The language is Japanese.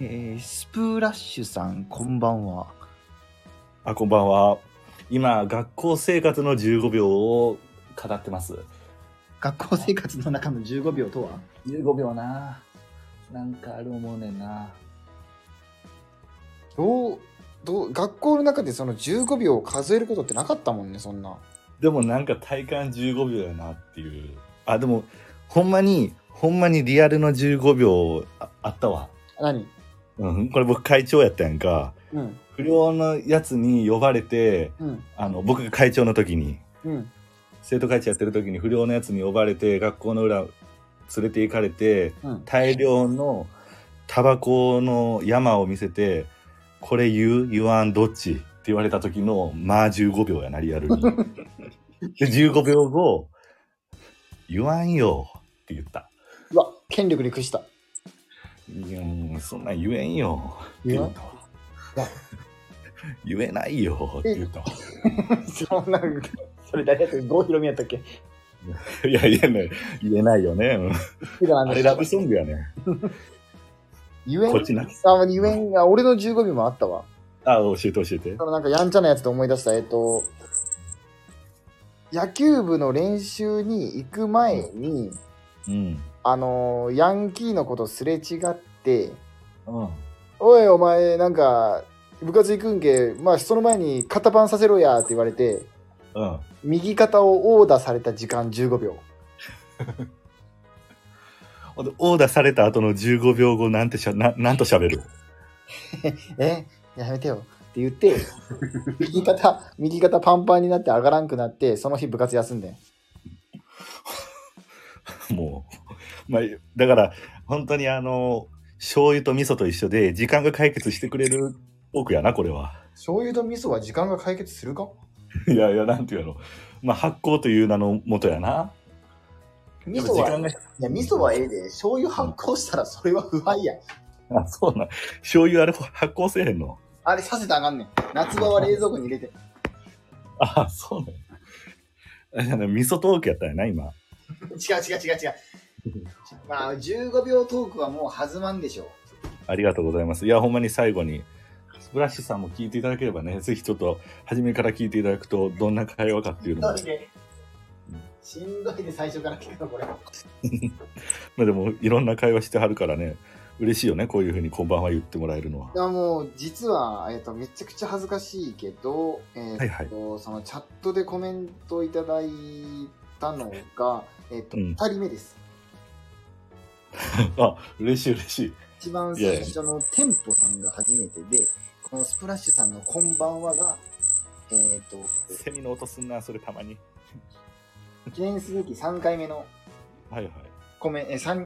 えースプラッシュさん、こんばんは。あ、こんばんは。今、学校生活の15秒を語ってます。学校生活の中の15秒とは15秒ななんかある思うねんなどうどう学校の中でその15秒を数えることってなかったもんねそんなでもなんか体感15秒だなっていう。あ、でも、ほんまに、ほんまにリアルの15秒ああったわ。何うん、これ僕会長やったやんか。うん不良のやつに呼ばれて、うんあの、僕が会長の時に、うん生徒会長やってる時に不良のやつに呼ばれて、学校の裏連れて行かれて、うん大量のタバコの山を見せて、これ言う言わんどっちって言われた時の、まあ15秒やな、リア ルに。で、15秒後、言わんよって言った。うわ権力に屈したいや、もうそんなん言えんよって言ったわ言わん。言えないよって言ったわ。 そんなそれ誰やったっけ郷ひろみやったっけいや、言えない。言えないよね。うんあれラブソングやね。ゆえんこっちな。あゆえんが俺の15秒もあったわあ、教えて教えてそ。のなんかやんちゃなやつで思い出したえっと野球部の練習に行く前に、うん。あのーヤンキーのことすれ違ってうん。おいお前なんか部活行くんけまあその前に肩パンさせろやって言われてうん。右肩を殴打された時間15秒ほんでオーダーされた後の15秒後なんてしゃななんと喋る えやめてよって言って 右肩右肩パンパンになって上がらんくなってその日部活休んでんもう、まあ、だから本当にあの醤油と味噌と一緒で時間が解決してくれる多くやなこれは 醤油と味噌は時間が解決するかいやいやなんていうのまあ発酵という名のもとやな味やっ噌ぱ時は間がいや味噌はええで醤油発酵したらそれは不敗やあそうなん醤油あれ発酵せえへんのあれさせたらあかんねん夏場は冷蔵庫に入れてあそうなんあれやな味噌トークやったんやな今違う違う違う違 うまあ15秒トークはもう弾まんでしょうありがとうございますいやほんまに最後にスプラッシュさんも聞いていただければねぜひちょっと初めから聞いていただくとどんな会話かっていうのもしんどいで最初から聞くのこれ。まあでもいろんな会話してはるからね嬉しいよねこういうふうにこんばんは言ってもらえるのは。やもう実は、えっとめちゃくちゃ恥ずかしいけど、えっとはいはいそのチャットでコメントいただいたのが、えっとう2ん人目です。あ嬉しい嬉しい。一番いやい最や初のテンポさんが初めてで、このスプラッシュさんのこんばんはが、えっとセミの音すんなそれたまに。記念すべき3回目のはいはい。コメン、えー、3